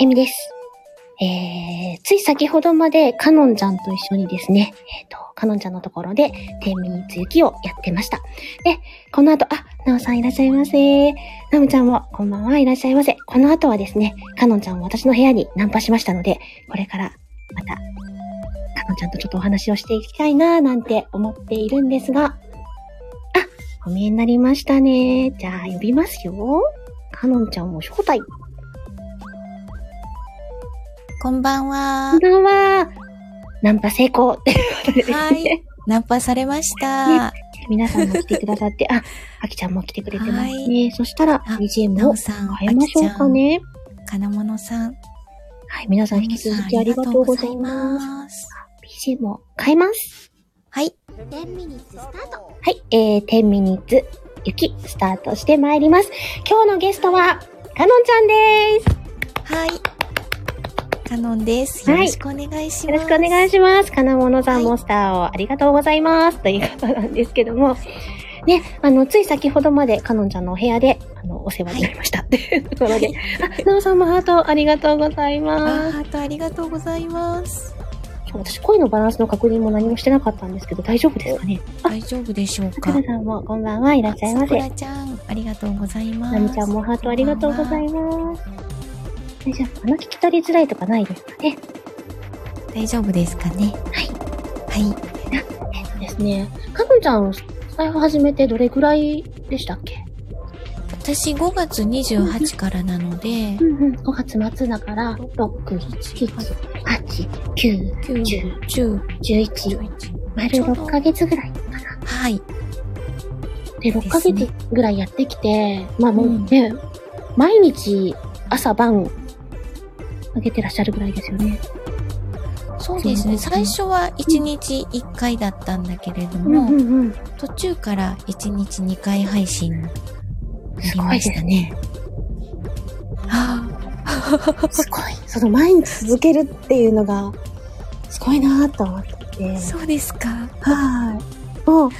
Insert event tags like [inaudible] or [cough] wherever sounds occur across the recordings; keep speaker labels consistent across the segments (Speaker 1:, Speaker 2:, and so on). Speaker 1: えみです。えー、つい先ほどまで、かのんちゃんと一緒にですね、えっ、と、かのんちゃんのところで、天秤つゆきをやってました。で、この後、あ、なおさんいらっしゃいませ。なむちゃんも、こんばんはいらっしゃいませ。この後はですね、かのんちゃんを私の部屋にナンパしましたので、これから、また、かのんちゃんとちょっとお話をしていきたいなぁなんて思っているんですが、あ、お見えになりましたね。じゃあ、呼びますよ。かのんちゃんを招待。
Speaker 2: こんばんは
Speaker 1: こん。ばんは。ナンパ成功ってことでですね。
Speaker 2: はい。ナンパされました。
Speaker 1: [laughs] 皆さんも来てくださって、あ、あきちゃんも来てくれてますね。そしたら、
Speaker 2: あ
Speaker 1: BGM
Speaker 2: な
Speaker 1: を
Speaker 2: おさん、あ
Speaker 1: 変えま
Speaker 2: き
Speaker 1: しょ
Speaker 2: ち
Speaker 1: う
Speaker 2: ゃ
Speaker 1: か
Speaker 2: ん、
Speaker 1: ね。
Speaker 2: 金物さん。
Speaker 1: はい、皆さん引き続きありがとうござい
Speaker 2: なおさんありがとうご
Speaker 1: ます。
Speaker 2: ざいます。
Speaker 1: BGM を変えます。
Speaker 2: はい。
Speaker 3: 10ミニッツスタート
Speaker 1: はい、えー、10ミニッツ、ゆき、スタートしてまいります。今日のゲストは、かのんちゃんで
Speaker 2: はい。カノンです。
Speaker 1: は
Speaker 2: よ
Speaker 1: い
Speaker 2: ろしくお願いします。
Speaker 1: す。よろしくお願いします。かなものさんもスターをありがとうございます。ということなんですけども、ね、あの、つい先ほどまでかのんちゃんのお部屋で、あの、お世話になりました。っていうところで、
Speaker 2: はい
Speaker 1: あ、なおさんもハートありがとうござい
Speaker 2: あ
Speaker 1: ます
Speaker 2: ー、。ハートありがとうございます。
Speaker 1: 私、声のバランスの確認も何もしてなかったんですけど、大丈夫ですかね
Speaker 2: 大丈夫でしょう
Speaker 1: カ
Speaker 2: か
Speaker 1: ナさんもこんばんはいらっしゃいま
Speaker 2: さく
Speaker 1: せ。
Speaker 2: らちゃん、ありがとうございます。
Speaker 1: ナミちゃんもハートありがとうございます。大丈夫かな聞き取りづらいとかないですかね
Speaker 2: 大丈夫ですかね。
Speaker 1: はい
Speaker 2: はい。
Speaker 1: えっとですね、かのんちゃん、財布始めてどれくらいでしたっけ
Speaker 2: 私5月28からなので
Speaker 1: う、んうん、5月末だから、6、7、8、9、
Speaker 2: 9、
Speaker 1: 10
Speaker 2: 10、
Speaker 1: 11、
Speaker 2: 11。
Speaker 1: 丸6ヶ月ぐらいかな。
Speaker 2: はい。
Speaker 1: で、6ヶ
Speaker 2: で
Speaker 1: 月
Speaker 2: す
Speaker 1: ぐらいやってきて、まあもう
Speaker 2: うん
Speaker 1: ね、毎日朝晩あげてらっしゃるぐらいですよね。
Speaker 2: そうですね。最初は1日1回だったんだけれども、
Speaker 1: んうん。
Speaker 2: 途中から1日2回配信にな
Speaker 1: す
Speaker 2: り
Speaker 1: ごい
Speaker 2: ま
Speaker 1: で
Speaker 2: した
Speaker 1: す
Speaker 2: ね。
Speaker 1: ね。
Speaker 2: はあ
Speaker 1: すごい。 [laughs] その毎日続けるっていうのが、すごいなぁと思ってて。
Speaker 2: そうですか。
Speaker 1: はい。もう、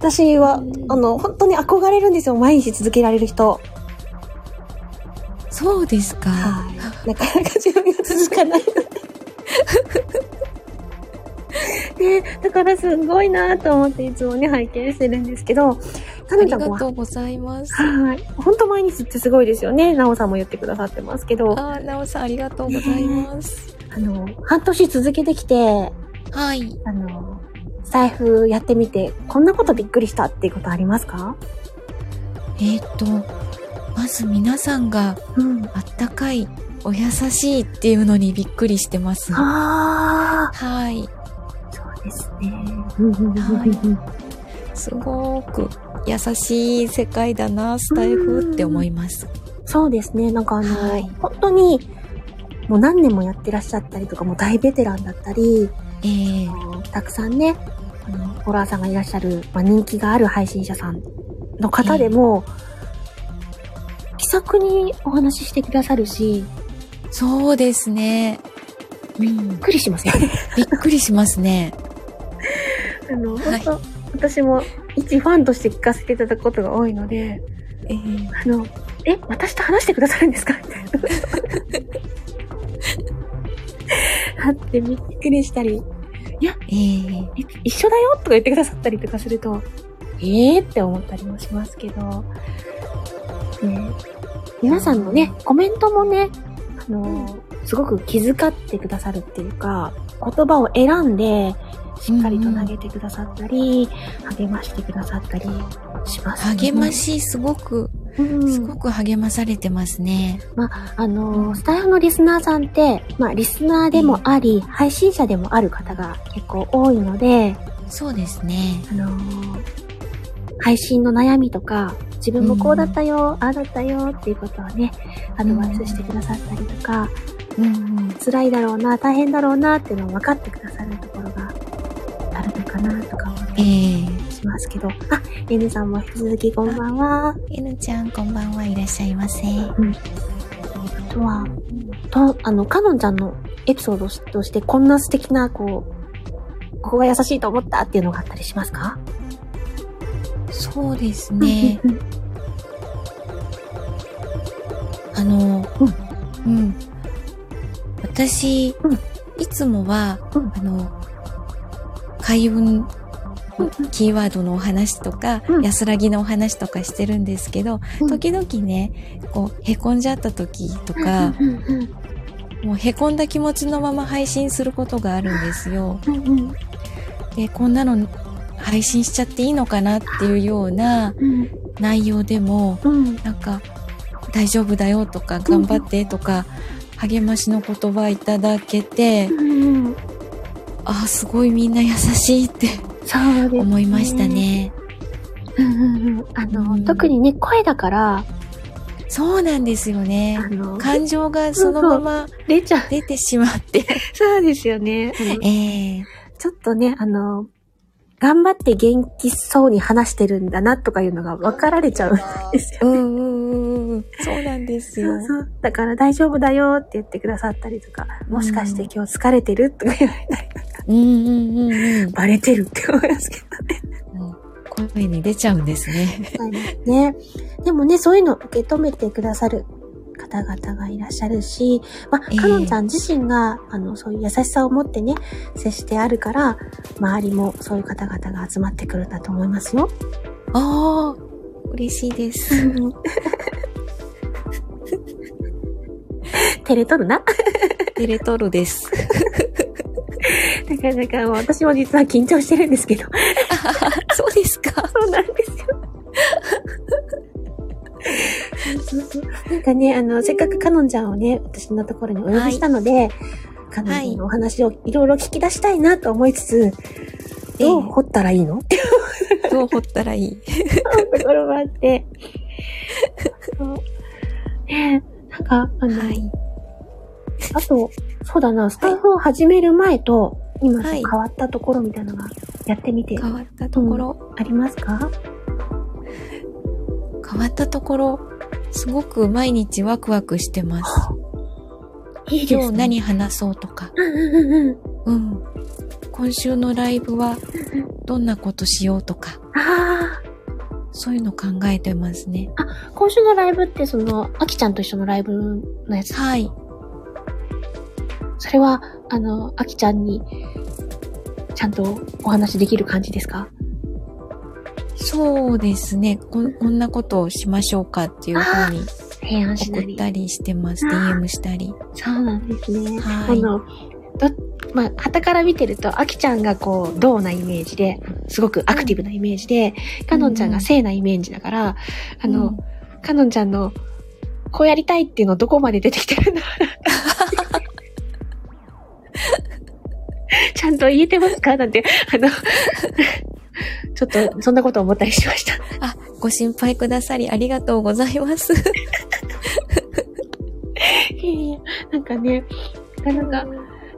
Speaker 1: 私は、あの、本当に憧れるんですよ。毎日続けられる人。
Speaker 2: そうですか。
Speaker 1: はい。 [laughs] なかなか自分が続かない。 [laughs] ね、だからすごいなと思っていつもね、拝見してるんですけど、か
Speaker 2: あ
Speaker 1: の
Speaker 2: り
Speaker 1: ちゃ
Speaker 2: が
Speaker 1: んも、
Speaker 2: とうございます。
Speaker 1: はい。本当毎日ってすごいですよね。なおさんも言ってくださってますけど、あ
Speaker 2: ああ、なおさんありがとうございます。
Speaker 1: の、半年続けてきて、
Speaker 2: はい。
Speaker 1: あの、財布やってみて、こんなことびっくりしたっていうことありますか
Speaker 2: えっ、と、まず皆さんが
Speaker 1: うん。
Speaker 2: あったかい、お優しいっていうのにびっくりしてます。は
Speaker 1: あ
Speaker 2: い。
Speaker 1: あ、そうですね。うんうんうんうん
Speaker 2: すごく優しい世界だな、スタイフって思います。
Speaker 1: そうですね。なんかあの、
Speaker 2: はい
Speaker 1: 本当に、もう何年もやってらっしゃったりとか、もう大ベテランだったり、
Speaker 2: ええ
Speaker 1: あのたくさんね、あの、ホラーさんがいらっしゃる、まあ、人気がある配信者さんの方でも、気さくにお話ししてくださるし、
Speaker 2: そうですね。うん
Speaker 1: びっ、くりしますよね。
Speaker 2: びっくりしますね。
Speaker 1: あの、
Speaker 2: はい
Speaker 1: 本当私も一ファンとして聞かせていただくことが多いので、
Speaker 2: ええ
Speaker 1: あの、え、私と話してくださるんですかみ [laughs]
Speaker 2: [laughs]
Speaker 1: たいな。あってびっくりしたり、
Speaker 2: ええ
Speaker 1: え一緒だよとか言ってくださったりとかすると、ええー、って思ったりもしますけど、ね、皆さんのね、コメントもね、あのー、すごく気遣ってくださるっていうか、言葉を選んで、しっかりと投げてくださったり、励ましてくださったりします、
Speaker 2: 励ま、し、すごく、
Speaker 1: うん、
Speaker 2: すごく励まされてますね。
Speaker 1: あのー、スタイフのリスナーさんって、まあ、リスナーでもあり、配信者でもある方が結構多いので、
Speaker 2: そうですね。
Speaker 1: あのー配信の悩みとか、自分もこうだったよ、ああだったよっていうことをね、アドバイスしてくださったりとか、
Speaker 2: うん、うん。
Speaker 1: 辛いだろうな、大変だろうなっていうのを分かってくださるところがあるのかなとか思った
Speaker 2: え
Speaker 1: り
Speaker 2: え
Speaker 1: しますけど、あ、N さんも引き続きこんばんは。
Speaker 2: えぬちゃん、こんばんはいらっしゃいませ。
Speaker 1: あとは、と、あの、かのんちゃんのエピソードとして、こんな素敵な、こう、ここが優しいと思ったっていうのがあったりしますか
Speaker 2: そうですね。
Speaker 1: うんうん [laughs]
Speaker 2: あの、うん。私、
Speaker 1: うん
Speaker 2: いつもは、
Speaker 1: うん
Speaker 2: あの、開運キーワードのお話とか、
Speaker 1: うん
Speaker 2: 安らぎのお話とかしてるんですけど、
Speaker 1: うん
Speaker 2: 時々ね、こう、へこんじゃった時とか、
Speaker 1: うんうん
Speaker 2: もうへこんだ気持ちのまま配信することがあるんですよ。
Speaker 1: うんうん
Speaker 2: で、こんなの配信しちゃっていいのかなっていうような
Speaker 1: うん
Speaker 2: 内容でも、
Speaker 1: うん
Speaker 2: なんか、大丈夫だよとか、頑張ってとか、励ましの言葉いただけて、
Speaker 1: うんうん
Speaker 2: ああ、すごいみんな優しいって
Speaker 1: そうですね
Speaker 2: 思いました。ね。
Speaker 1: うんうんうん。あの、
Speaker 2: うん
Speaker 1: 特にね、声だから、
Speaker 2: そうなんですよね
Speaker 1: あ。の、
Speaker 2: 感情がそのまま
Speaker 1: 出ちゃう。
Speaker 2: 出てしまって。
Speaker 1: そうですよね。あの
Speaker 2: [laughs] ええ
Speaker 1: ちょっとね、あの、頑張って元気そうに話してるんだなとかいうのが分かられちゃうんです
Speaker 2: う
Speaker 1: よね。
Speaker 2: んうんうんうん。そうなんです
Speaker 1: そ
Speaker 2: よ
Speaker 1: う。そう。だから大丈夫だよって言ってくださったりとか、もしかして今日疲れてるとか言われたり、
Speaker 2: うんうんうんうん。
Speaker 1: バレてるって思いますけどね。
Speaker 2: 声に出ちゃうんですね。
Speaker 1: ね。でもね、そういうのを受け止めてくださる方々がいらっしゃるし、ま
Speaker 2: ええ
Speaker 1: あ、かのんちゃん自身が、あの、そういう優しさを持ってね、接してあるから、周りもそういう方々が集まってくるんだと思います
Speaker 2: [laughs]
Speaker 1: よ。
Speaker 2: ああ、嬉しいです。
Speaker 1: 照れとるな。 [laughs]
Speaker 2: テレトル [laughs] です。
Speaker 1: なかなかもう私も実は緊張してるんですけど。
Speaker 2: そうですか。
Speaker 1: そうなんですよ。なんかね、あの、せっかくかのんちゃんをね、私のところにお呼びしたので、かのんちゃんのお話をいろいろ聞き出したいなと思いつつ、どう掘ったらいいのってい
Speaker 2: どう掘ったらいい
Speaker 1: うところもあって。そうねえなんか、あの、
Speaker 2: はい。
Speaker 1: あと、そうだな、スタイフを始める前と、今と
Speaker 2: はい
Speaker 1: 変わったところみたいなのが、やってみて
Speaker 2: 変わったところ、
Speaker 1: ありますか、
Speaker 2: 変わったところ、すごく毎日ワクワクしてます。
Speaker 1: いい
Speaker 2: 今日何話そうとか。
Speaker 1: うんうんうんうん。
Speaker 2: うん。今週のライブはどんなことしようとか、
Speaker 1: あ
Speaker 2: そういうの考えてますね。
Speaker 1: あ、今週のライブってその、あきちゃんと一緒のライブのやつ。
Speaker 2: はい。
Speaker 1: それは、あの、あきちゃんに、ちゃんとお話できる感じですか
Speaker 2: そうですね。こんこんなことをしましょうかっていうふうに
Speaker 1: 提案しな
Speaker 2: 送っ
Speaker 1: り。
Speaker 2: たりしてます。
Speaker 1: あー
Speaker 2: DM したり。
Speaker 1: そうなんですね。
Speaker 2: はい
Speaker 1: あの、ど、まあ、旗から見てると、あきちゃんがこう、銅なイメージで、すごくアクティブなイメージで、かのんちゃんが正なイメージだから、あの、
Speaker 2: うん
Speaker 1: かのんちゃんの、こうやりたいっていうのどこまで出てきてるんだろうな [laughs] って。ちゃんと言えてますかなんて、あの、ちょっと、そんなこと思ったりしました。
Speaker 2: あ、ご心配くださりありがとうございます。 [laughs]
Speaker 1: いやいやなんかね、なんか、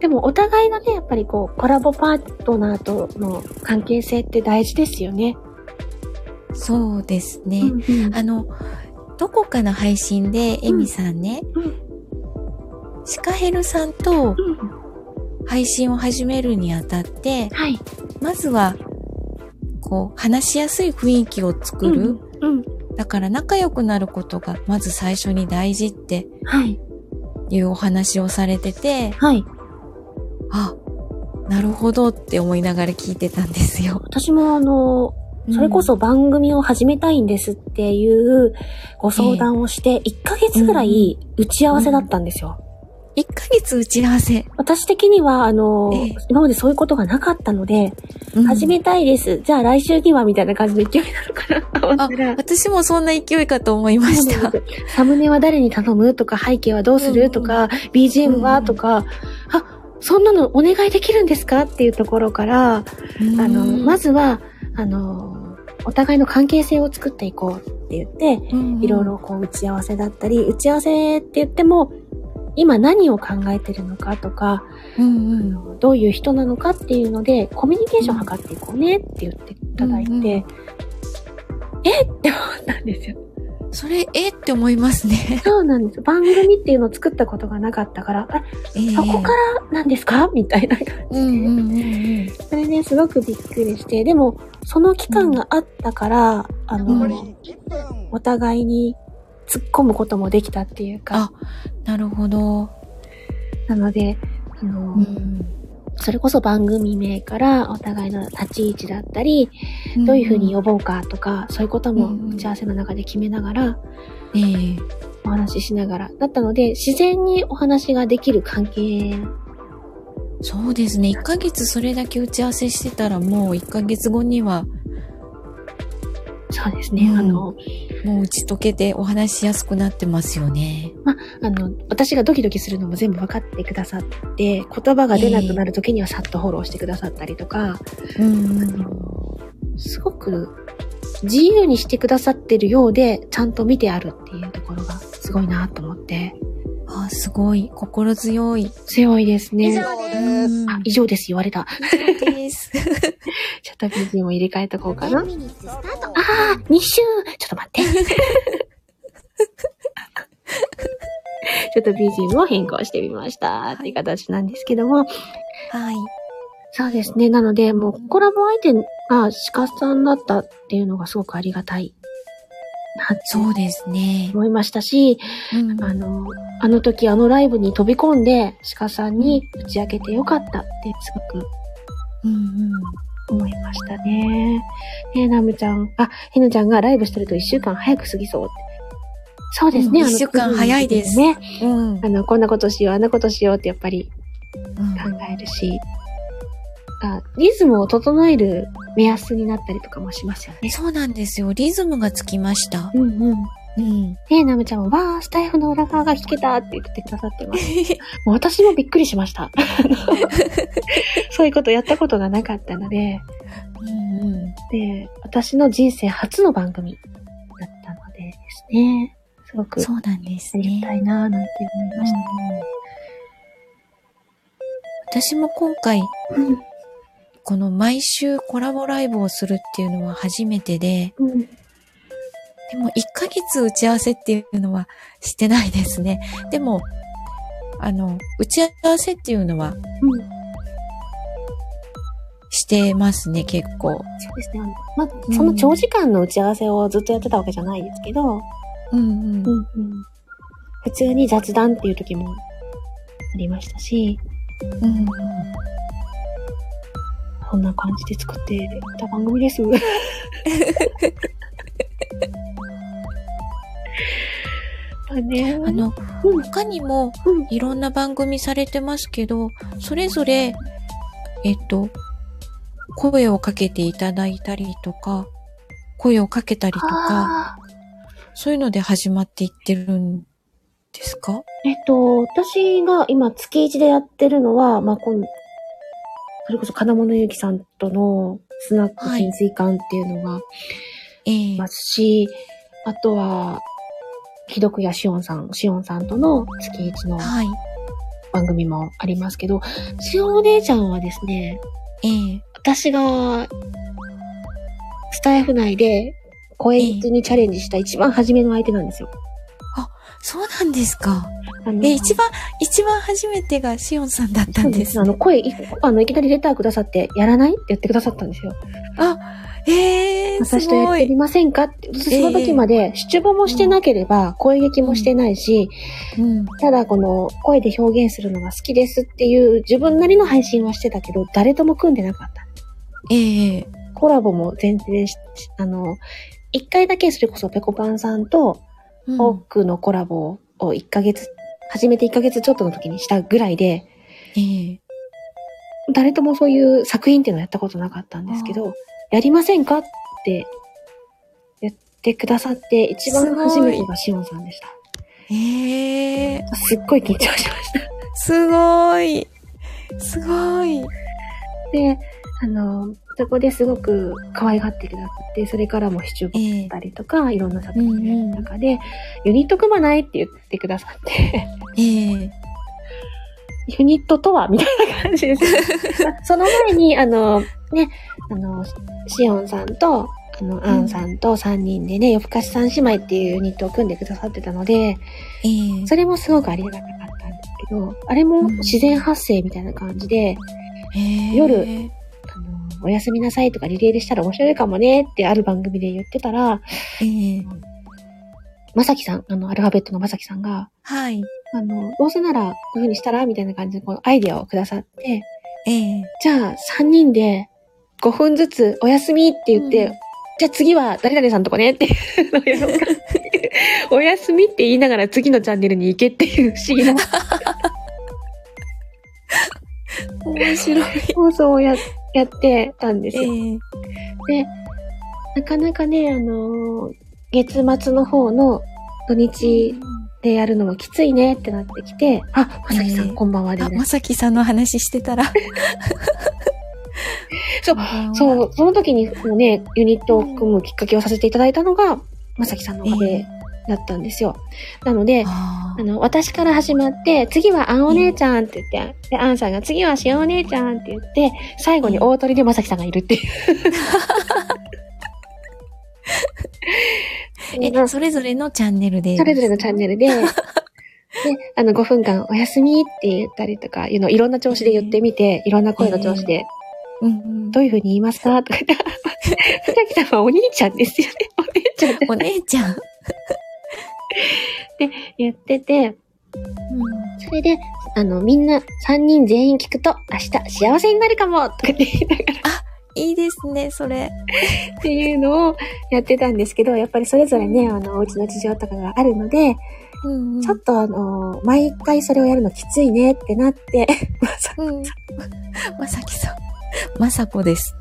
Speaker 1: でもお互いのね、やっぱりこう、コラボパートナーとの関係性って大事ですよね。
Speaker 2: そうですね。
Speaker 1: うんうん
Speaker 2: あの、どこかの配信で、エミさんね、
Speaker 1: うんう
Speaker 2: シカヘルさんと
Speaker 1: うん
Speaker 2: 配信を始めるにあたって、
Speaker 1: はい。
Speaker 2: まずは、こう、話しやすい雰囲気を作る。
Speaker 1: うん。
Speaker 2: だから仲良くなることが、まず最初に大事って
Speaker 1: はい。
Speaker 2: いうお話をされてて、
Speaker 1: はい。
Speaker 2: あ、なるほどって思いながら聞いてたんですよ。
Speaker 1: 私もあの、それこそ番組を始めたいんですっていうご相談をして、1ヶ月ぐらい打ち合わせだったんですよ。
Speaker 2: 1ヶ月打ち合わせ。
Speaker 1: 私的には、あの
Speaker 2: ええ、
Speaker 1: 今までそういうことがなかったので、
Speaker 2: うん
Speaker 1: 始めたいです。じゃあ来週には、みたいな感じの勢いなのかなと思
Speaker 2: あ
Speaker 1: ったら、。
Speaker 2: 私もそんな勢いかと思いまし
Speaker 1: そうな
Speaker 2: た
Speaker 1: ん。ですサムネは誰に頼むとか、背景はどうする、
Speaker 2: うん
Speaker 1: とか、BGM
Speaker 2: うんう
Speaker 1: は
Speaker 2: ん
Speaker 1: とか、あ、そんなのお願いできるんですかっていうところから、あの、ま
Speaker 2: ず、
Speaker 1: ずは、あの、お互いの関係性を作っていこうって言って、いろいろこう打ち合わせだったり、打ち合わせって言っても、今何を考えてるのかとか、
Speaker 2: うんうん。
Speaker 1: どういう人なのかっていうので、コミュニケーションを図っていこうねって言っていただいて、
Speaker 2: うんうん
Speaker 1: えって思ったんですよ。
Speaker 2: それ、えって思いますね。、
Speaker 1: そうなんです。番組っていうのを作ったことがなかったから、あ、そこかららなんですかみたいな。
Speaker 2: うんうんうんうん。
Speaker 1: それね、すごくびっくりして、でも、その期間があったから、あの、
Speaker 2: う
Speaker 3: 残
Speaker 2: ん
Speaker 3: り1分
Speaker 1: お互いに突っ込むこともできたっていうか、
Speaker 2: あなるほど。
Speaker 1: なので、あの、
Speaker 2: うん
Speaker 1: それこそ番組名からお互いの立ち位置だったり、どういうふうに呼ぼうかとか、そういうこと
Speaker 2: うん
Speaker 1: も打ち合わせの中で決めながら、
Speaker 2: ええ
Speaker 1: お話ししながら。だったので、自然にお話ができる関係。
Speaker 2: そうですね。1ヶ月それだけ打ち合わせしてたらもう1ヶ月後には
Speaker 1: そうですね。
Speaker 2: うん
Speaker 1: あの、
Speaker 2: もう打ち解けてお話しやすくなってますよね。
Speaker 1: あの、私がドキドキするのも全部分かってくださって、言葉が出なくなる時にはさっとフォローしてくださったりとか、
Speaker 2: うん
Speaker 1: あのすごく自由にしてくださってるようで、ちゃんと見てあるっていうところがすごいなと思って。
Speaker 2: あ、すごい。心強い。
Speaker 1: 強いです
Speaker 3: 以
Speaker 1: ね。
Speaker 3: 上で
Speaker 2: う
Speaker 3: す。
Speaker 2: ん
Speaker 1: あ、以上です、言われた。
Speaker 2: です。
Speaker 1: ちょっと BG も入れ替えとこうかな。
Speaker 3: 10
Speaker 1: あ
Speaker 3: ミニッツスタート。
Speaker 1: あー、2周ちょっと待
Speaker 3: [laughs]
Speaker 1: って。ちょっと BGM を変更してみましたっていう形なんですけども、
Speaker 2: はい。
Speaker 1: そうですね。なので、もうコラボ相手が鹿さんだったっていうのがすごくありがたいなって
Speaker 2: そうですね。
Speaker 1: 思いましたし、
Speaker 2: うん
Speaker 1: あの、あの時あのライブに飛び込んで鹿さんに打ち明けてよかったってすごく
Speaker 2: うんうん。
Speaker 1: 思いましたね。ねえ、ナムちゃん、あ、ひなちゃんがライブしてると一週間早く過ぎそう。そうですね。
Speaker 2: うん
Speaker 1: あの
Speaker 2: 一週間早いです
Speaker 1: ね。
Speaker 2: うん
Speaker 1: あの、こんなことしよう、あんなことしようってやっぱり
Speaker 2: うん
Speaker 1: 考えるし、あリズムを整える目安になったりとかもしますよね。
Speaker 2: そうなんですよ。リズムがつきました。
Speaker 1: うんうん。ね
Speaker 2: うん。
Speaker 1: え、ナムちゃんも、わー、スタイフの裏側が弾けたって言ってくださってます。もう [laughs] 私もびっくりしました。あの [laughs] そういうことやったことがなかったので、
Speaker 2: うんうん。
Speaker 1: で、私の人生初の番組だったのでですね、すごく
Speaker 2: そうなんです
Speaker 1: あり
Speaker 2: ね
Speaker 1: が。たいなぁなんて思いました。
Speaker 2: 私も今回、
Speaker 1: うん
Speaker 2: この毎週コラボライブをするっていうのは初めてで、
Speaker 1: うん
Speaker 2: でも1ヶ月打ち合わせっていうのはしてないですね。でも、あの、打ち合わせっていうのは
Speaker 1: うん
Speaker 2: してますね、結構。
Speaker 1: そうですね。あのまあ、その長時間の打ち合わせをずっとやってたわけじゃないですけど、
Speaker 2: うんうん。
Speaker 1: うんうん普通に雑談っていう時もありましたし、
Speaker 2: うんうん、
Speaker 1: こんな感じで作っていた番組
Speaker 2: [laughs]
Speaker 1: です。だね。
Speaker 2: あの、
Speaker 1: うん
Speaker 2: 他にも
Speaker 1: うん
Speaker 2: いろんな番組されてますけど、それぞれ、えっと、声をかけていただいたりとか、声をかけたりとか、
Speaker 1: あ
Speaker 2: そういうので始まっていってるんですか
Speaker 1: ーえっと、私が今月一でやってるのは、まあ、今、それこそ金物ゆきさんとのスナック
Speaker 2: はい
Speaker 1: 潜水艦っていうのが、あ
Speaker 2: ええ
Speaker 1: りますし、あとは、ひどくやしおんさん、しおんさんとの月一の
Speaker 2: はい。
Speaker 1: 番組もありますけど、しおんお姉ちゃんはですね、
Speaker 2: ええ
Speaker 1: 私が、スタイフ内で声質にチャレンジした一番初めの相手なんですよ。
Speaker 2: そうなんですか。
Speaker 1: あの
Speaker 2: え、一番、一番初めてがシオンさんだった
Speaker 1: そ
Speaker 2: ん
Speaker 1: う
Speaker 2: で
Speaker 1: ですす。あ。の、声、いあの、いきなりレターくださって、やらないって言ってくださったんですよ。
Speaker 2: ええす
Speaker 1: 私とやっ
Speaker 2: ご
Speaker 1: てい
Speaker 2: い。
Speaker 1: りませんかって。その時まで、出母もしてなければ、声劇もしてないし、
Speaker 2: うん。
Speaker 1: ただこの声で表現するのが好きですっていう自分なりの配信はしてたけど、誰とも組んでなかった。
Speaker 2: ええ
Speaker 1: コラボも全然し、しあの、一回だけそれこそペコパンさんと
Speaker 2: うん
Speaker 1: オークのコラボを1ヶ月、始めて1ヶ月ちょっとの時にしたぐらいで、
Speaker 2: ええ
Speaker 1: 誰ともそういう作品っていうのをやったことなかったんですけど、やりませんかってやってくださって、一番初めてがシオンさんでした。
Speaker 2: ええ
Speaker 1: すっごい緊張しました。
Speaker 2: すごい。すごい。
Speaker 1: で、あの、そこですごく可愛がってくださって、それからもシチューボ
Speaker 2: ええ
Speaker 1: ったりとか、いろんな作品の中で、ユニット組まないって言ってくださって、 [laughs]
Speaker 2: ええ
Speaker 1: ユニットとはみたいな感 [laughs] じです。まあその前に、あの、ね、あの、シオンさんと、あの、アンさんと3人でね、夜更かし三姉妹っていうユニットを組んでくださってたので、
Speaker 2: ええ
Speaker 1: それもすごくありがたかったんですけど、あれも自然発生みたいな感じで、
Speaker 2: ええ
Speaker 1: 夜あの、おやすみなさいとかリレーでしたら面白いかもねってある番組で言ってたら、
Speaker 2: ええ
Speaker 1: まさきさん、あの、アルファベットのまさきさんが、
Speaker 2: はい。
Speaker 1: あの、どうせならこういう風にしたらみたいな感じでこうアイデアをくださって、
Speaker 2: ええ
Speaker 1: じゃあ3人で5分ずつお休みって言って、
Speaker 2: うん
Speaker 1: じゃあ次は誰々さんとこねっていうのをやろうかっていう。お休みって言いながら次のチャンネルに行けっていう不
Speaker 2: [laughs]
Speaker 1: 思議な
Speaker 2: 面白い。
Speaker 1: 放送をややってたんですよ。
Speaker 2: ええ
Speaker 1: で、なかなかね、あのー月末の方の土日でやるのもきついねってなってきて、あ、まさきさん、
Speaker 2: えー
Speaker 1: こんばんはで
Speaker 2: あ、
Speaker 1: いらっ
Speaker 2: ま
Speaker 1: し
Speaker 2: さきさんの話してたら。
Speaker 1: そうゃる、そう、その時にもうね、ユニットを組むきっかけをさせていただいたのが、まさきさんのおか
Speaker 2: え
Speaker 1: げ
Speaker 2: え
Speaker 1: だったんですよ。なので、
Speaker 2: あ
Speaker 1: あの、私から始まって、次はあんお姉ちゃんって言って、で、あんさんが次はしお姉ちゃんって言って、最後に大鳥でまさきさんがいるっていう。
Speaker 2: ー [laughs] え、それぞれのチャンネルで。
Speaker 1: それぞれのチャンネルで、で、あの、5分間お休みって言ったりとかいうのをいろんな調子で言ってみて、いろんな声の調子で、
Speaker 2: うんうん
Speaker 1: どういう風に言いますかとか言って、ふたきさんはお兄ちゃんですよね。 [laughs] お姉ちゃんって
Speaker 2: お姉ちゃん。
Speaker 1: 言ってて、それで、あの、みんな3人全員聞くと、明日幸せになるかもとかって言いながら
Speaker 2: いいですね、それ。
Speaker 1: っていうのをやってたんですけど、やっぱりそれぞれね、あの、お家の事情とかがあるので、
Speaker 2: うんうん
Speaker 1: ちょっとあの、毎回それをやるのきついねってなって、 [laughs] まさ
Speaker 2: うん。まさきさん。まさこです。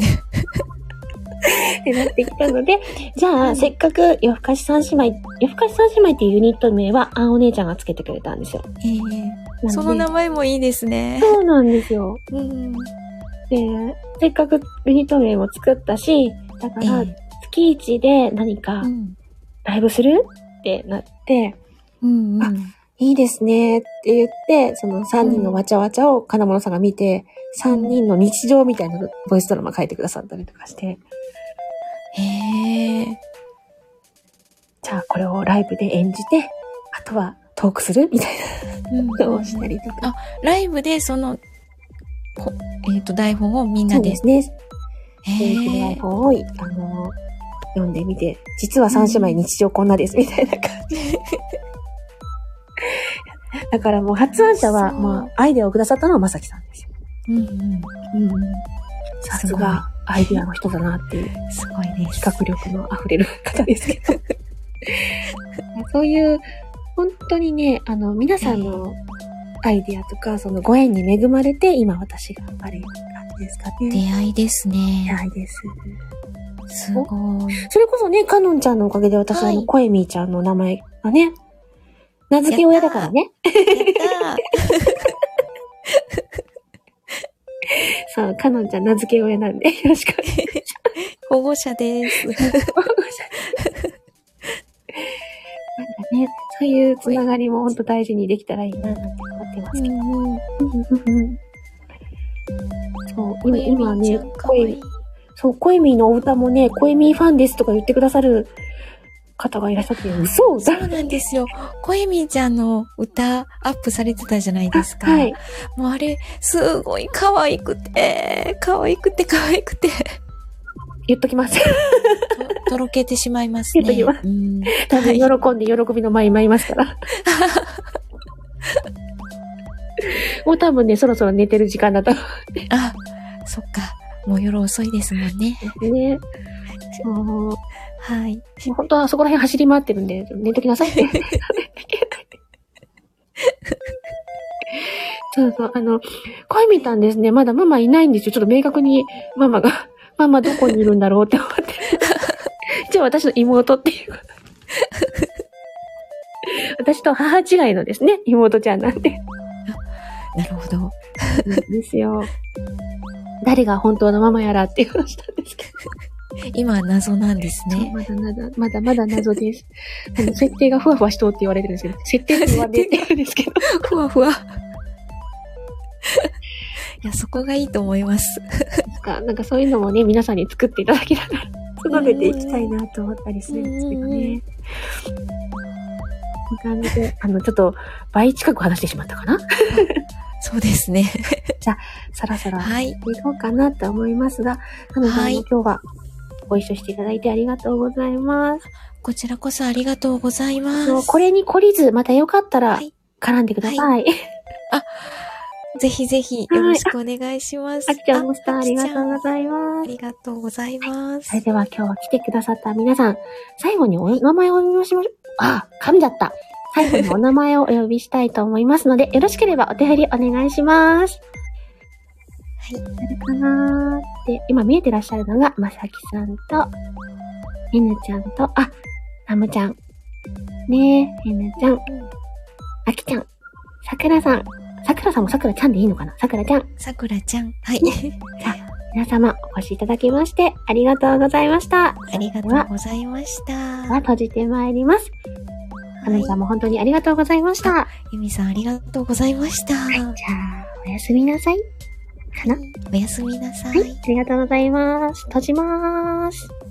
Speaker 1: ってなってきたので、じゃ
Speaker 2: う
Speaker 1: あ、
Speaker 2: ん
Speaker 1: せっかく夜更かし三姉妹、夜更かし三姉妹っていうユニット名は、あんお姉ちゃんがつけてくれたんですよ。
Speaker 2: ええ
Speaker 1: な
Speaker 2: その
Speaker 1: で
Speaker 2: 名前もいいですね。
Speaker 1: [laughs] そうなんですよ。
Speaker 2: うん。
Speaker 1: で、せっかくユニット名も作ったし、だか
Speaker 2: ええ
Speaker 1: ら、月一で何か
Speaker 2: うん。
Speaker 1: ライブするってなって、
Speaker 2: うんうん。
Speaker 1: あいいですねって言って、その三人のわちゃわちゃを金物さんが見て、三人の日常みたいなボイスドラマ書いてくださったりとかして、
Speaker 2: へえ。
Speaker 1: じゃあこれをライブで演じて、あとはトークするみたい
Speaker 2: うん
Speaker 1: なのをしたりとか。
Speaker 2: ライブでその、こえっ、と、台本をみん
Speaker 1: そ
Speaker 2: な
Speaker 1: うで
Speaker 2: で。
Speaker 1: すね。
Speaker 2: へ
Speaker 1: セリフの
Speaker 2: え。
Speaker 1: 本を、あの、読んでみて、実は三姉妹日常こんなです、みたいな感じ。だからもう発案者は、
Speaker 2: そう
Speaker 1: まあ、アイデアをくださったのはまさきさんですよ。
Speaker 2: うんうん。
Speaker 1: うん。さす
Speaker 2: すごい
Speaker 1: が、アイデアの人だなっていう、
Speaker 2: すごいです。
Speaker 1: 企画力の溢れる方ですけど。 [laughs] そういう、本当にね、あの、皆さんのアイデアとか、そのご縁に恵まれて、今私があるような感じですかね。
Speaker 2: 出会いです
Speaker 1: 出
Speaker 2: ね。
Speaker 1: 会いです。
Speaker 2: すごい。 [laughs]
Speaker 1: それこそね、かのんちゃんのおかげで私、
Speaker 2: はい
Speaker 1: あの、こえみーちゃんの名前がね、名付け親だからね。
Speaker 2: やったー
Speaker 1: そう、かのんちゃん名付け親なんで、よろしくお願いし
Speaker 2: 保護者です。
Speaker 1: ます。なんかね、そういうつながりも本当大事にできたらいいななんて思ってますけ
Speaker 2: [laughs] うんうん
Speaker 1: ど。そう、今今ね、
Speaker 2: かわいい。
Speaker 1: そう、コエミーのお歌もね、コエミーファンですとか言ってくださる方がいらっしゃって、嘘を歌
Speaker 2: そうなんですよ。こえみちゃんの歌アップされてたじゃないですか。
Speaker 1: はい。
Speaker 2: もうあれ、すごい可愛くて、可愛くて可愛くて、
Speaker 1: 言っときます。
Speaker 2: [laughs] ととろけてしまいますね。
Speaker 1: 言っときます
Speaker 2: うん
Speaker 1: 多分
Speaker 2: はい
Speaker 1: 喜んで喜びの舞い舞います
Speaker 2: [laughs]
Speaker 1: から。もう多分ね、そろそろ寝てる時間だと思
Speaker 2: あ、そっか。もう夜遅いですもんね。
Speaker 1: うんですね。もう、
Speaker 2: はい。
Speaker 1: 本当はそこら辺走り回ってるんで、寝ときなさいって。そうそう、あの、恋見たんですね。まだママいないんですよ。ちょっと明確にママが、 [laughs] ママどこにいるんだろうって思って。一応私の妹っていう。私と母違いのですね、妹ちゃんなんで。
Speaker 2: なるほど。
Speaker 1: なんですよ。誰が本当のママやらっていう話なんですけ
Speaker 2: 今は謎なんです
Speaker 1: ど、
Speaker 2: ね。
Speaker 1: まだまだ、まだまだ謎 [laughs] です。あの、設定がふわふわしとうって言われてるんですけど、設定って言われてるん [laughs] ですけど、
Speaker 2: ふわふ [laughs] わ。いや、そこがいいと思います。
Speaker 1: なんかなんかそういうのもね、皆さんに作っていただきながら、育てていきたいなと思ったりするんですけど
Speaker 2: うんうんうん
Speaker 1: ね。こんな感じで、あの、ちょっと、倍近く話してしまったかな
Speaker 2: そうですね。
Speaker 1: そろそろ、
Speaker 2: はい。
Speaker 1: いこうかなと思いますが、なので、
Speaker 2: はい
Speaker 1: 今日はご一緒していただいてありがとうございます。
Speaker 2: こちらこそありがとうございま
Speaker 1: あの
Speaker 2: す。
Speaker 1: これに懲りず、またよかったら、
Speaker 2: はい
Speaker 1: か絡んでください。
Speaker 2: ぜひぜひ、よろしくお願いします。
Speaker 1: あきちゃんもスターありがとう
Speaker 2: あ
Speaker 1: ございま
Speaker 2: あ
Speaker 1: す。
Speaker 2: りがとうございます。
Speaker 1: それでは今日は来てくださった皆さん、最後にお名前をお呼びしましょう。あ、噛んじゃった。最後にお名前をお呼びしたいと思いますので、よ [laughs] ろしければお手振りお願いします。
Speaker 2: はい
Speaker 1: 誰かなーって、今見えてらっしゃるのが、まさきさんと、えぬちゃんと、あ、ラムちゃん。ねえ、えぬちゃん。あきちゃん。さくらさん。さくらさんもさくらちゃんでいいのかなさくらちゃん。
Speaker 2: さくらちゃん。はい。
Speaker 1: 皆様、お越しいただきまして、ありがとうございました。
Speaker 2: [laughs] ありがと
Speaker 1: では
Speaker 2: うございました。
Speaker 1: は
Speaker 2: は
Speaker 1: 閉じてまいります。カノンさんも本当にありがとうございました。じゃ
Speaker 2: いゆみさん、ありがとうございました。
Speaker 1: あ、おやすみなさい。かな
Speaker 2: おやすみなさ
Speaker 1: はいい、。ありがとうございます。閉じまーす。